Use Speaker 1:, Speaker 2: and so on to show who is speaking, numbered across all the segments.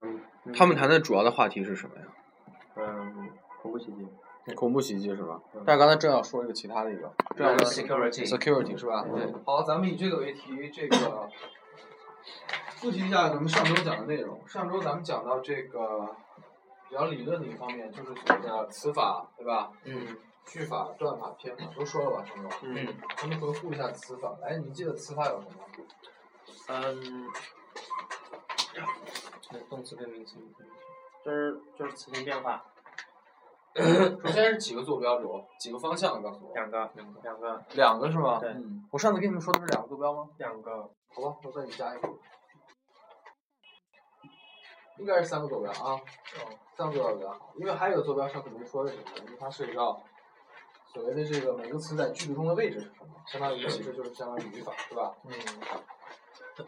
Speaker 1: 嗯
Speaker 2: 嗯
Speaker 3: 他们谈的主要的话题是什么呀？
Speaker 4: 嗯，恐怖袭击。
Speaker 5: 恐怖袭击是吧
Speaker 4: 嗯？
Speaker 5: 但是刚才正要说一个其他的一个，正要说
Speaker 1: security。
Speaker 5: security 是吧？
Speaker 1: 对，
Speaker 2: 好，咱们以这个为题，这个复习一下咱们上周讲的内容。上周咱们讲到这个比较理论的一方面，就是所谓的词法，对吧？
Speaker 1: 嗯
Speaker 2: 句法、断法、偏法都说了吧？上周
Speaker 1: 嗯
Speaker 2: 咱们回顾一下词法。来，你记得词法有什么？
Speaker 1: 嗯，那动词跟名词就是就是词性变化，
Speaker 2: 首先是几个坐标轴，几个方向，告诉我。
Speaker 1: 两个两个
Speaker 5: 两个是吧？
Speaker 1: 对
Speaker 2: 嗯，
Speaker 5: 我上次跟你们说的是两个坐标吗？
Speaker 1: 两个
Speaker 2: 好吧，我再给你加一个。应该是三个坐标啊，三个坐标比较好，因为还有一个坐标上次没说是什么，因为它涉及到所谓的这个每个词在句子中的位置是什么，相当于其实就是相当于语法，对吧？
Speaker 1: 嗯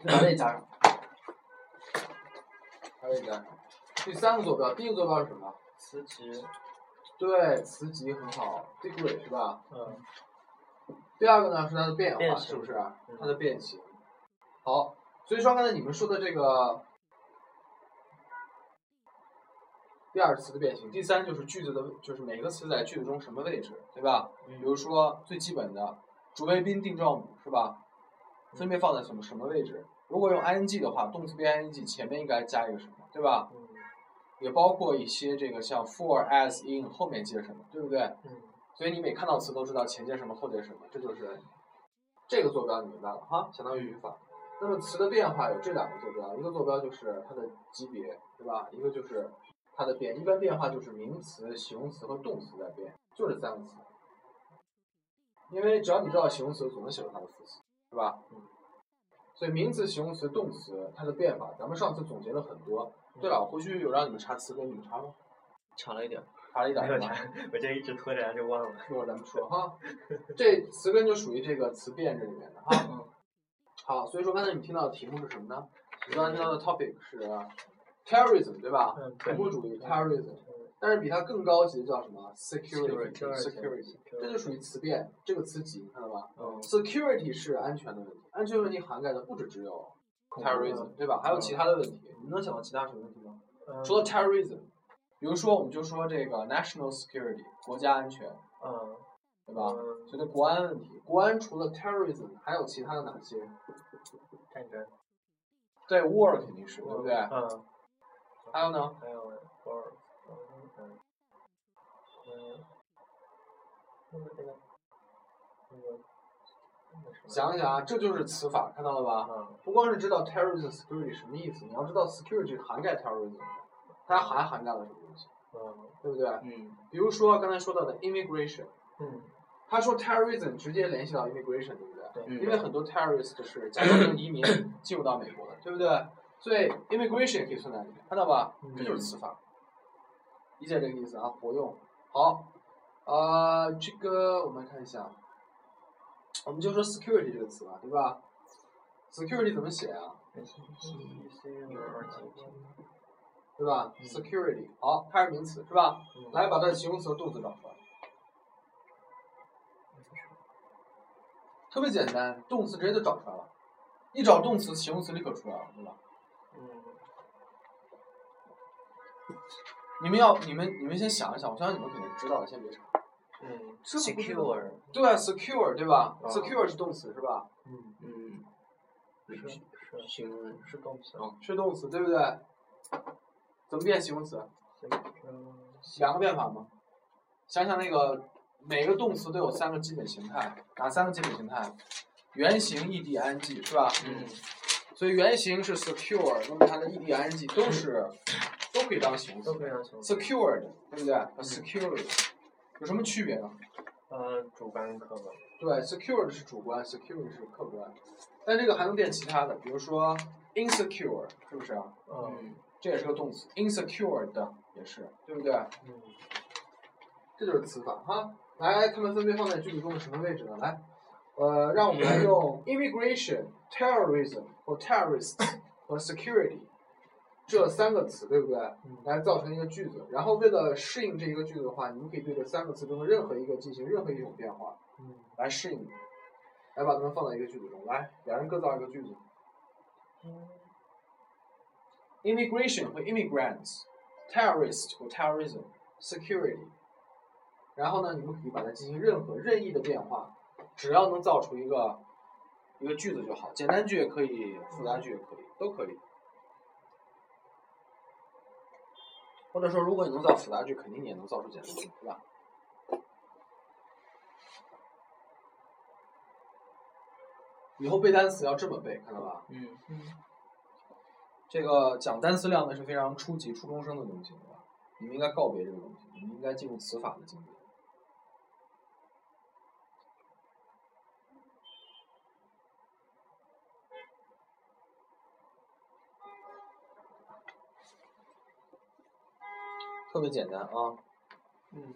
Speaker 2: 把这加上，把这加上。第三个坐标，第一个坐标是什么？
Speaker 1: 词值
Speaker 2: 对，词集很好，degree 是吧？
Speaker 1: 嗯
Speaker 2: 第二个呢是它的变
Speaker 1: 变
Speaker 2: 化，
Speaker 1: 形嗯
Speaker 2: 是不是？它的变形。好，所以说刚才你们说的这个第二词的变形，第三就是句子的，就是每个词在句子中什么位置，对吧？
Speaker 1: 嗯
Speaker 2: 比如说最基本的主谓宾定状语是吧？分别放在什么什么位置？如果用 ing 的话，动词变 ing 前面应该加一个什么，对吧？
Speaker 1: 嗯
Speaker 2: 也包括一些这个像 for as in 后面接什么，对不对？
Speaker 1: 嗯
Speaker 2: 所以你每看到词都知道前接什么后接什么，这就是这个坐标你明白了哈，相当于语法。那么词的变化有这两个坐标，一个坐标就是它的级别，对吧？一个就是它的变，一般变化就是名词、形容词和动词在变，就这三个词。因为只要你知道形容词，总能写出它的副词，是吧？嗯。所以名词、形容词、动词它的变法，咱们上次总结了很多。对了，我回去有让你们查词根，你们查吗？
Speaker 1: 长了一点，
Speaker 2: 查了一点
Speaker 1: 没有
Speaker 2: 是吧
Speaker 1: 查？，我这一直拖着，然后就忘了。
Speaker 2: 一会儿咱们说哈。这词根就属于这个词变这里面的哈。
Speaker 1: 嗯
Speaker 2: 好，所以说刚才你们听到的题目是什么呢？你刚才听到的 topic 是 terrorism 对吧？
Speaker 1: 嗯对
Speaker 2: 恐怖主义 terrorism，但是比它更高级的叫什么 security
Speaker 1: Security
Speaker 2: security，这就属于词变这个词集，看到吧
Speaker 1: 嗯
Speaker 2: ？security 是安全的问题，安全问题涵盖的不只只有 terrorism 对吧？还有其他的问题，嗯你能想到其他什么问题吗？
Speaker 1: 嗯
Speaker 2: 除了 terrorism，比如说我们就说这个 national security 国家安全，
Speaker 1: 嗯
Speaker 2: 对吧？
Speaker 1: 嗯
Speaker 2: 觉得国安问题，国安除了 terrorism 还有其他的哪些？
Speaker 1: 战争
Speaker 2: 对，war 肯定是，对不对？
Speaker 1: 嗯
Speaker 2: 还有呢？
Speaker 1: 还有波尔嗯嗯那个那个那个那个什么
Speaker 2: 想想啊，这就是词法，看到了吧？
Speaker 1: 嗯
Speaker 2: 不光是知道 terrorism security 什么意思，你要知道 security 涵盖 terrorism，它还涵盖了什么东西，
Speaker 1: 嗯
Speaker 2: 对不对？
Speaker 5: 嗯，
Speaker 2: 比如说刚才说到的 immigration，
Speaker 1: 嗯
Speaker 2: 他说 terrorism 直接联系到 immigration，对不对？
Speaker 1: 对
Speaker 5: 嗯
Speaker 2: 因为很多 terrorist 是假装成移民进入到美国的，对不对？所以 immigration 也可以算在里面，看到吧？
Speaker 1: 嗯
Speaker 2: 这就是词法，理解这个意思啊？活用好，呃，这个我们看一下，我们就说 security 这个词吧，对吧？security 怎么写啊？对吧？security 好，它是名词是吧？
Speaker 1: 嗯
Speaker 2: 来，把它的形容词和动词找出来。特别简单，动词直接就找出来了，一找动词，形容词立刻出来了，对吧？
Speaker 1: 嗯
Speaker 2: 你们要，你们你们先想一想，我相信你们肯定知道的，先别查。
Speaker 1: 嗯
Speaker 2: 这不是
Speaker 1: ，secure
Speaker 2: 对啊，secure 对吧、
Speaker 1: 啊
Speaker 2: s e c u r e 是动词是吧？
Speaker 1: 嗯
Speaker 5: 嗯，
Speaker 1: 是是
Speaker 5: 形容
Speaker 1: 是动词
Speaker 2: 是动词对不对？怎么变形容词？两个变法吗？想想那个每个动词都有三个基本形态，哪三个基本形态？原形、ed、ing 是吧？
Speaker 1: 嗯
Speaker 2: 所以原形是 secure，那么它的 ed、ing 都是都可以当形容
Speaker 1: 都
Speaker 2: 词
Speaker 1: 非常形容词
Speaker 2: ，secured 对不对？secured
Speaker 1: 嗯
Speaker 2: 有什么区别呢？
Speaker 1: 呃主观跟客观
Speaker 2: 对，secured 是主观，secure 是客观，但这个还能变其他的，比如说 insecure 是不是啊？
Speaker 1: 嗯
Speaker 2: 这也是个动词，insecure 的也是，对不对？
Speaker 1: 嗯
Speaker 2: 这就是词法哈。来，它们分别放在句子中的什么位置呢？来，呃，让我们来用 immigration、terrorism 和 terrorist 和 security 这三个词，对不对？
Speaker 1: 嗯
Speaker 2: 来造成一个句子。然后为了适应这一个句子的话，你们可以对这三个词中的任何一个进行任何一种变化
Speaker 1: 嗯
Speaker 2: 来适应，来把它
Speaker 1: 嗯
Speaker 2: 们放在一个句子中。来，两人各造一个句子。 immigration 和 immigrants，terrorist 和 terrorism，security。然后呢，你们可以把它进行任何任意的变化，只要能造出一个一个句子就好，简单句也可以，复杂句也可以，都可以。或者说，如果你能造复杂句，肯定你也能造出简单句，对吧？以后背单词要这么背，看到吧？
Speaker 1: 嗯
Speaker 2: 这个讲单词量呢是非常初级初中生的东西，对吧？你们应该告别这个东西，你们应该进入词法的境界。特别简单啊！
Speaker 1: 嗯，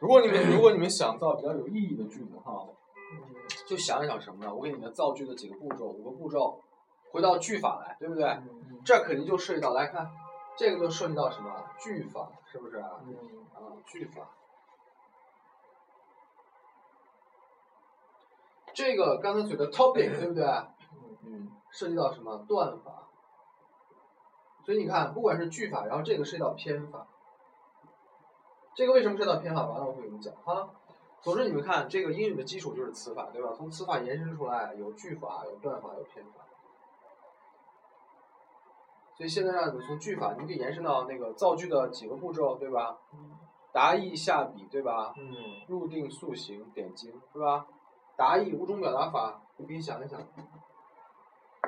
Speaker 2: 如果你们如果你们想造比较有意义的句子哈，就想一想什么呢？我给你们造句的几个步骤，五个步骤，回到句法来，对不对？
Speaker 1: 嗯
Speaker 2: 这肯定就涉及到，来看，这个就涉及到什么句法，是不是啊？
Speaker 1: 嗯
Speaker 2: 啊，句法。这个刚才举的 topic 对不对？嗯，涉及到什么断法？所以你看，不管是句法，然后这个涉及到偏法，这个为什么涉及到偏法？完了我会给你们讲哈。总之你们看，这个英语的基础就是词法，对吧？从词法延伸出来有句法、有断法、有偏法。所以现在让你们从句法，你可以延伸到那个造句的几个步骤，对吧？达意下笔，对吧？
Speaker 1: 嗯
Speaker 2: 入定塑形点睛，是吧？达意五种表达法，你可以想一想。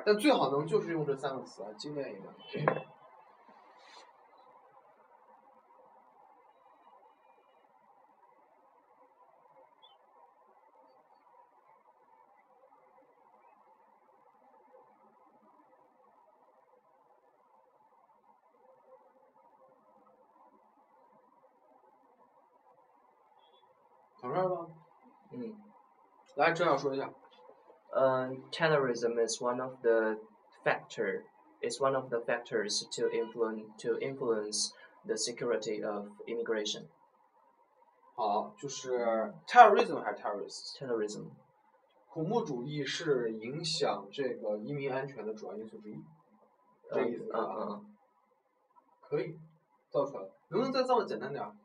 Speaker 2: 但最好能就是用这三个词啊，精炼一点。懂事儿吗？
Speaker 1: 嗯
Speaker 2: 来，这样说一下。
Speaker 1: Um, terrorism is one of the factor is one of the factors to influence to influence the security of immigration.
Speaker 2: 好，就是 terrorism 还是 terrorist？
Speaker 1: Terrorism.
Speaker 2: 恐怖主义是影响这个移民安全的主要因素之一，这
Speaker 1: Um,
Speaker 2: 意思
Speaker 1: uh,
Speaker 2: 吧？
Speaker 1: uh,
Speaker 2: 可以造出来了，能不能再造的简单点儿？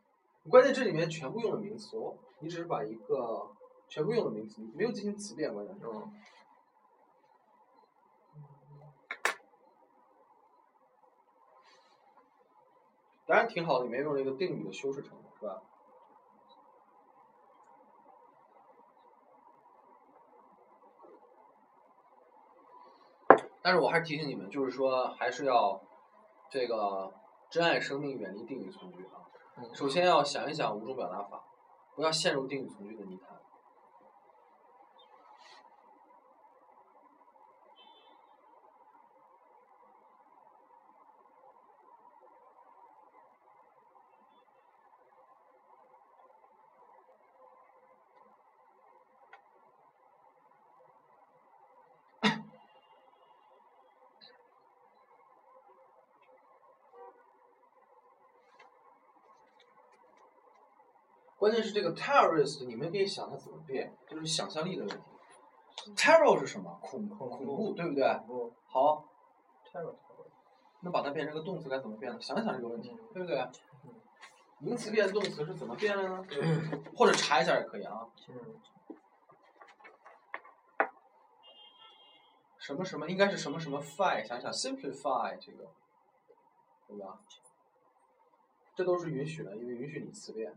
Speaker 2: 关键这里面全部用了名词哦，你只是把一个全部用了名词，没有进行词典，关键是。
Speaker 1: uh.
Speaker 2: 当然挺好的，里面用了一个定语的修饰成分，是吧？但是我还是提醒你们，就是说还是要这个珍爱生命，远离定语从句啊。
Speaker 1: 嗯
Speaker 2: 首先要想一想五种表达法，不要陷入定语从句的泥潭。关键是这个 terrorist，你们可以想它怎么变，就是想象力的问题。terror 是什么？恐恐
Speaker 1: 嗯恐
Speaker 2: 怖，对不对？好，那把它变成个动词该怎么变呢？想一想这个问题
Speaker 1: 嗯，
Speaker 2: 对不对？名词变动词是怎么变的呢？或者查一下也可以啊。什么什么应该是什么什么 fy，想想 simplify 这个，对吧？这都是允许的，因为允许你词变。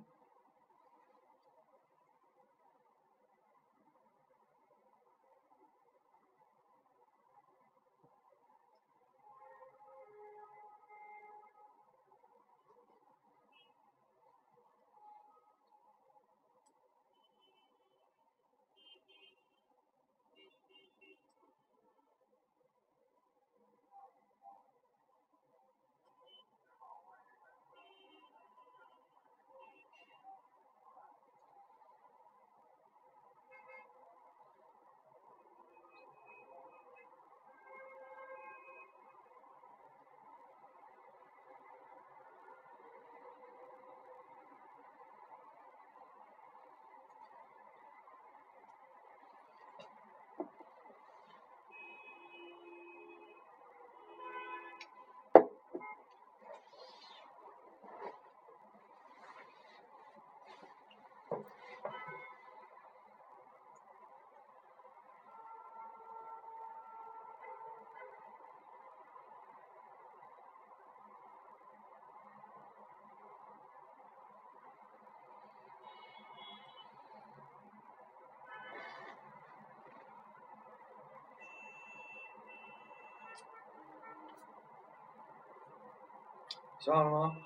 Speaker 2: 想好了吗？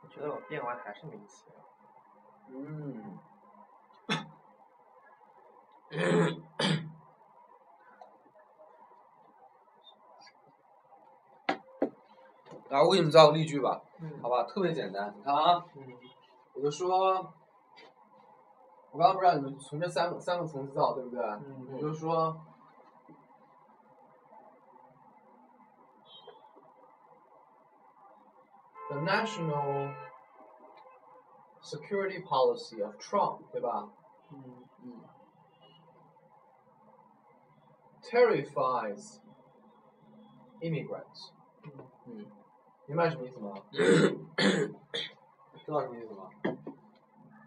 Speaker 4: 我觉得我变完还是名词。
Speaker 2: 嗯， 来，我给你们造个例句吧，好吧，特别简单，你看啊，
Speaker 4: 嗯
Speaker 2: 我就说，我刚刚不是让你们从这三个三个层次造，对不对？我
Speaker 4: 嗯
Speaker 2: 就说，the national security policy of Trump，对吧
Speaker 4: 嗯
Speaker 2: ？terrifies immigrants。
Speaker 4: 嗯
Speaker 2: 嗯，明白什么意思 吗？知道什么意思吗？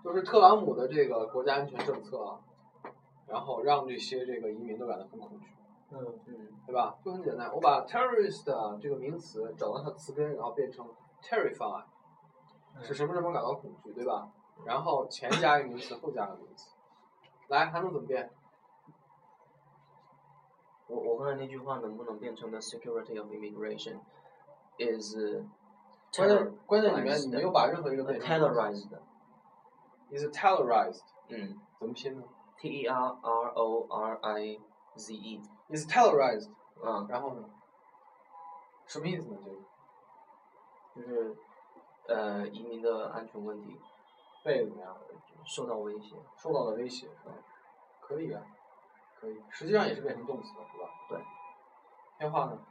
Speaker 2: 就是特朗普的这个国家安全政策啊，然后让这些这个移民都感到很恐惧。
Speaker 4: 嗯
Speaker 1: 嗯
Speaker 2: 对吧？就很简单，我把 terrorist 啊这个名词找到它的词根，然后变成 terrify，使什么什么感到恐惧，对吧？然后前加一个名词，后加个名词，来还能怎么变？
Speaker 1: 我我刚才那句话能不能变成 the security of immigration is uh,
Speaker 2: 关键关键里面
Speaker 1: terrorized
Speaker 2: 你没有把任何一个
Speaker 1: uh,
Speaker 2: 变成
Speaker 1: terrorized
Speaker 2: is terrorized
Speaker 1: 嗯
Speaker 2: 怎么拼呢
Speaker 1: T E R R O R I Z E
Speaker 2: ？is terrorized，
Speaker 1: 啊
Speaker 2: 然后呢？什么意思呢？这
Speaker 1: 就
Speaker 2: 个
Speaker 1: 是呃移民的安全问题
Speaker 2: 被怎么样？
Speaker 1: 受到威胁
Speaker 2: 受到了威胁，是吧？可以啊，可以，实际上也是变成动词了，是吧？
Speaker 1: 对。
Speaker 2: 变化呢？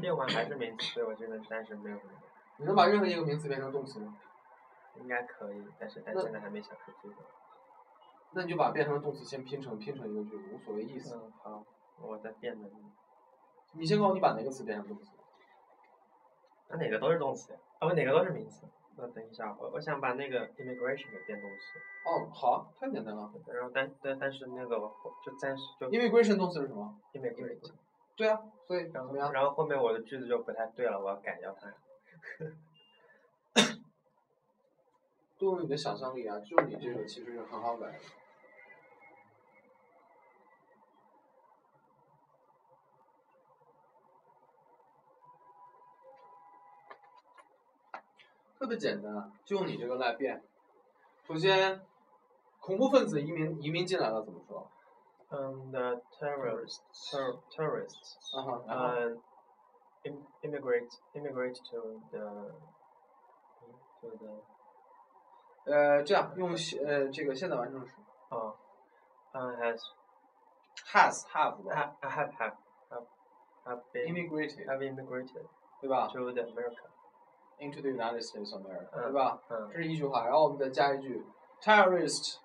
Speaker 4: 变完还是名词，所以我觉得暂时没有什么。
Speaker 2: 你能把任何一个名词变成动词吗？
Speaker 4: 应该可以，但是但
Speaker 2: 那
Speaker 4: 现在还没想出这个。
Speaker 2: 那你就把变成的动词先拼成拼成一个句子，无所谓意思。
Speaker 4: 嗯，好，我在变的。
Speaker 2: 你先告诉我你把哪个词变成动词？
Speaker 4: 那哪个都是动词，啊不，哪个都是名词。那等一下，我我想把那个 immigration 给变动词，
Speaker 2: 哦，好啊，太简单了。
Speaker 4: 然后但但但是那个我就暂时就
Speaker 2: immigration 动词是什么？
Speaker 4: immigration，
Speaker 2: 对啊，所以
Speaker 4: 然
Speaker 2: 怎
Speaker 4: 后
Speaker 2: 么样？
Speaker 4: 然后后面我的句子就不太对了，我要改掉它。
Speaker 2: 动用你的想象力啊，就你这个其实是很好改的。特别简单，啊，就用你这个来变。首先，恐怖分子移民移民进来了怎么说？
Speaker 4: 嗯，the terrorist terror terrorists，
Speaker 2: 啊哈，然后
Speaker 4: 嗯，im immigrate immigrate to the to the
Speaker 2: 呃，这样用现呃这个现在完成时
Speaker 4: 啊，嗯 has
Speaker 2: has have 吧
Speaker 4: have have have have have been
Speaker 2: immigrated
Speaker 4: have immigrated
Speaker 2: 对吧
Speaker 4: to the America，Um,
Speaker 2: into the United States of America
Speaker 4: 嗯
Speaker 2: 对吧？
Speaker 4: 嗯
Speaker 2: 这是一句话，然后我们再加一句 terrorist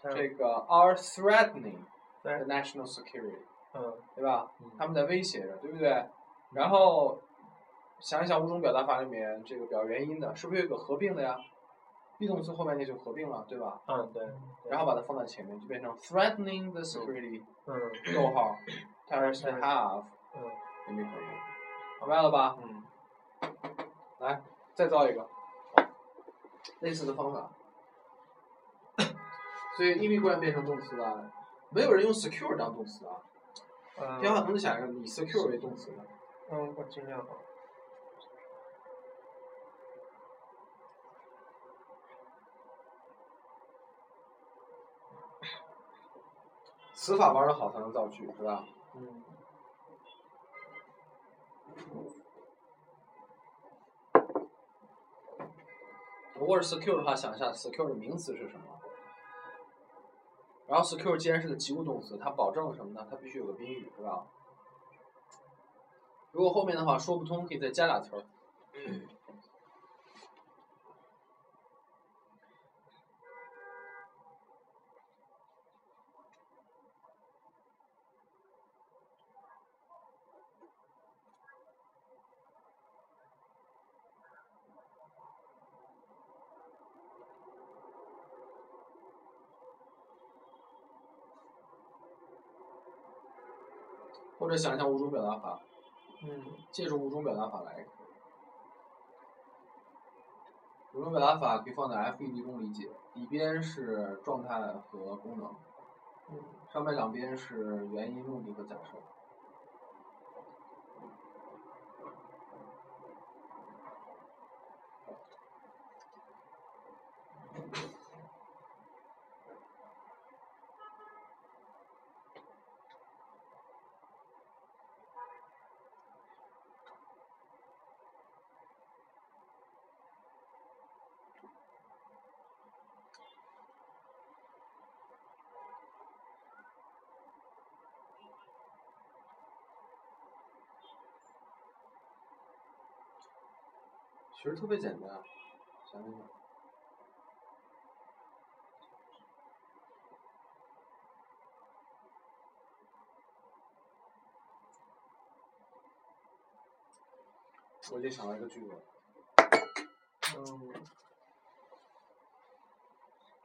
Speaker 2: 这
Speaker 4: ，terror
Speaker 2: 个 are threatening the
Speaker 4: 嗯对，
Speaker 2: national security
Speaker 4: 嗯。
Speaker 2: 对吧？
Speaker 4: 嗯
Speaker 2: 他们在威胁着，对不对？然后想一想五种表达法里面这个表原因的，是不是有一个合并的呀？be 动词后面那就合并了，对吧？
Speaker 4: 嗯，对，
Speaker 2: 然后把它放在前面，就变成 threatening the security
Speaker 4: 嗯
Speaker 2: 逗 号 terrorist have
Speaker 4: 嗯
Speaker 2: immigrated，明白了吧？嗯
Speaker 4: 嗯，
Speaker 2: 来，再造一个类似的方法。 所以 immigrant 变成动词了，没有人用 secure 当动词啊。变化
Speaker 4: 嗯，
Speaker 2: 能力想一个以 secure 为动词的，
Speaker 4: 嗯，我尽量吧。
Speaker 2: 词法玩的好才能造句，是吧？
Speaker 4: 嗯，
Speaker 2: 如果是 secure 的话，想一下 secure 的名词是什么？然后 secure 既然是个及物动词，它保证了什么呢？它必须有个宾语，是吧？如果后面的话说不通，可以再加俩词儿。或者想一下五种表达法，
Speaker 4: 嗯，
Speaker 2: 借助五种表达法来。五种表达法可以放在 FED 中理解，里边是状态和功
Speaker 4: 嗯
Speaker 2: 能，上面两边是原因、目的和假设。其实特别简单，想想。我已经想到一个句子了，
Speaker 4: 嗯，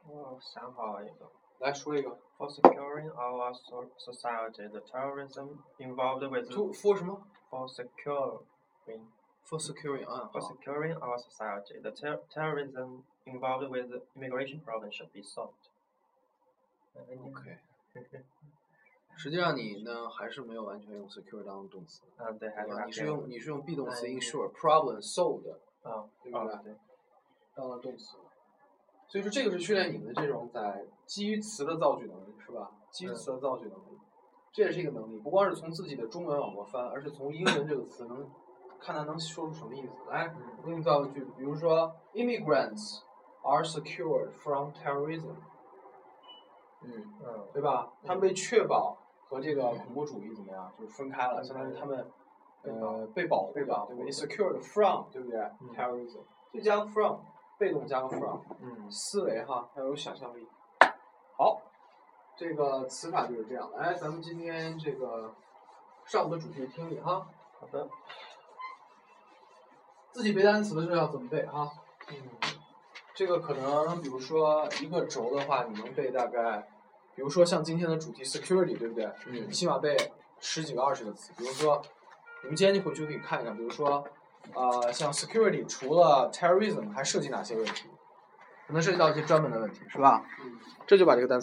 Speaker 4: 我想好了一个。
Speaker 2: 来说一个。
Speaker 4: For securing our so society, the terrorism involved with
Speaker 2: to for 什么
Speaker 4: for securing
Speaker 2: ？for securing 啊
Speaker 4: for securing our society, the ter- terrorism involved with immigration problem should be solved.
Speaker 2: ，OK。实际上你呢还是没有完全用 secure 当动词，
Speaker 4: 嗯，对，还
Speaker 2: 对
Speaker 4: 是
Speaker 2: 吧？
Speaker 4: 他
Speaker 2: 你是
Speaker 4: 骗我
Speaker 2: 用你是用 be 动词
Speaker 4: 哎
Speaker 2: ensure problem solved
Speaker 4: 嗯，
Speaker 2: 对吧
Speaker 4: 哦，对，
Speaker 2: 当了动词了。所以说这个是训练你们这种在基于词的造句能力，是吧？基
Speaker 4: 嗯
Speaker 2: 于词的造句能力，这也是一个能力，不光是从自己的中文往过翻，而是从英文这个词能看它能说出什么意思
Speaker 4: 嗯
Speaker 2: 来。我给你造个句子，比如说，immigrants are secured from terrorism，
Speaker 1: 嗯
Speaker 4: 嗯，
Speaker 2: 对吧？他们被确保和这个恐怖主义怎么样，就是分开了，相当于他们呃被保护嗯
Speaker 4: 被保
Speaker 2: 吧，
Speaker 4: 护
Speaker 2: 对不对？secured from，对不对？terrorism，就加个 from，被动加个 from。
Speaker 4: 嗯，
Speaker 2: 思维哈，还有想象力。好，这个词法就是这样。来，咱们今天这个上午的主题听力哈，
Speaker 4: 好的，
Speaker 2: 自己背单词的时候要怎么背哈？
Speaker 4: 嗯，
Speaker 2: 这个可能比如说一个轴的话，你能背大概，比如说像今天的主题 security，对不对？
Speaker 1: 嗯
Speaker 2: 起码背十几个、二十个词。比如说，你们今天就回去可以看一看，比如说，呃，像 security 除了嗯 terrorism 还涉及哪些问题？可能涉及到一些专门的问题，是吧？这就把这个单词。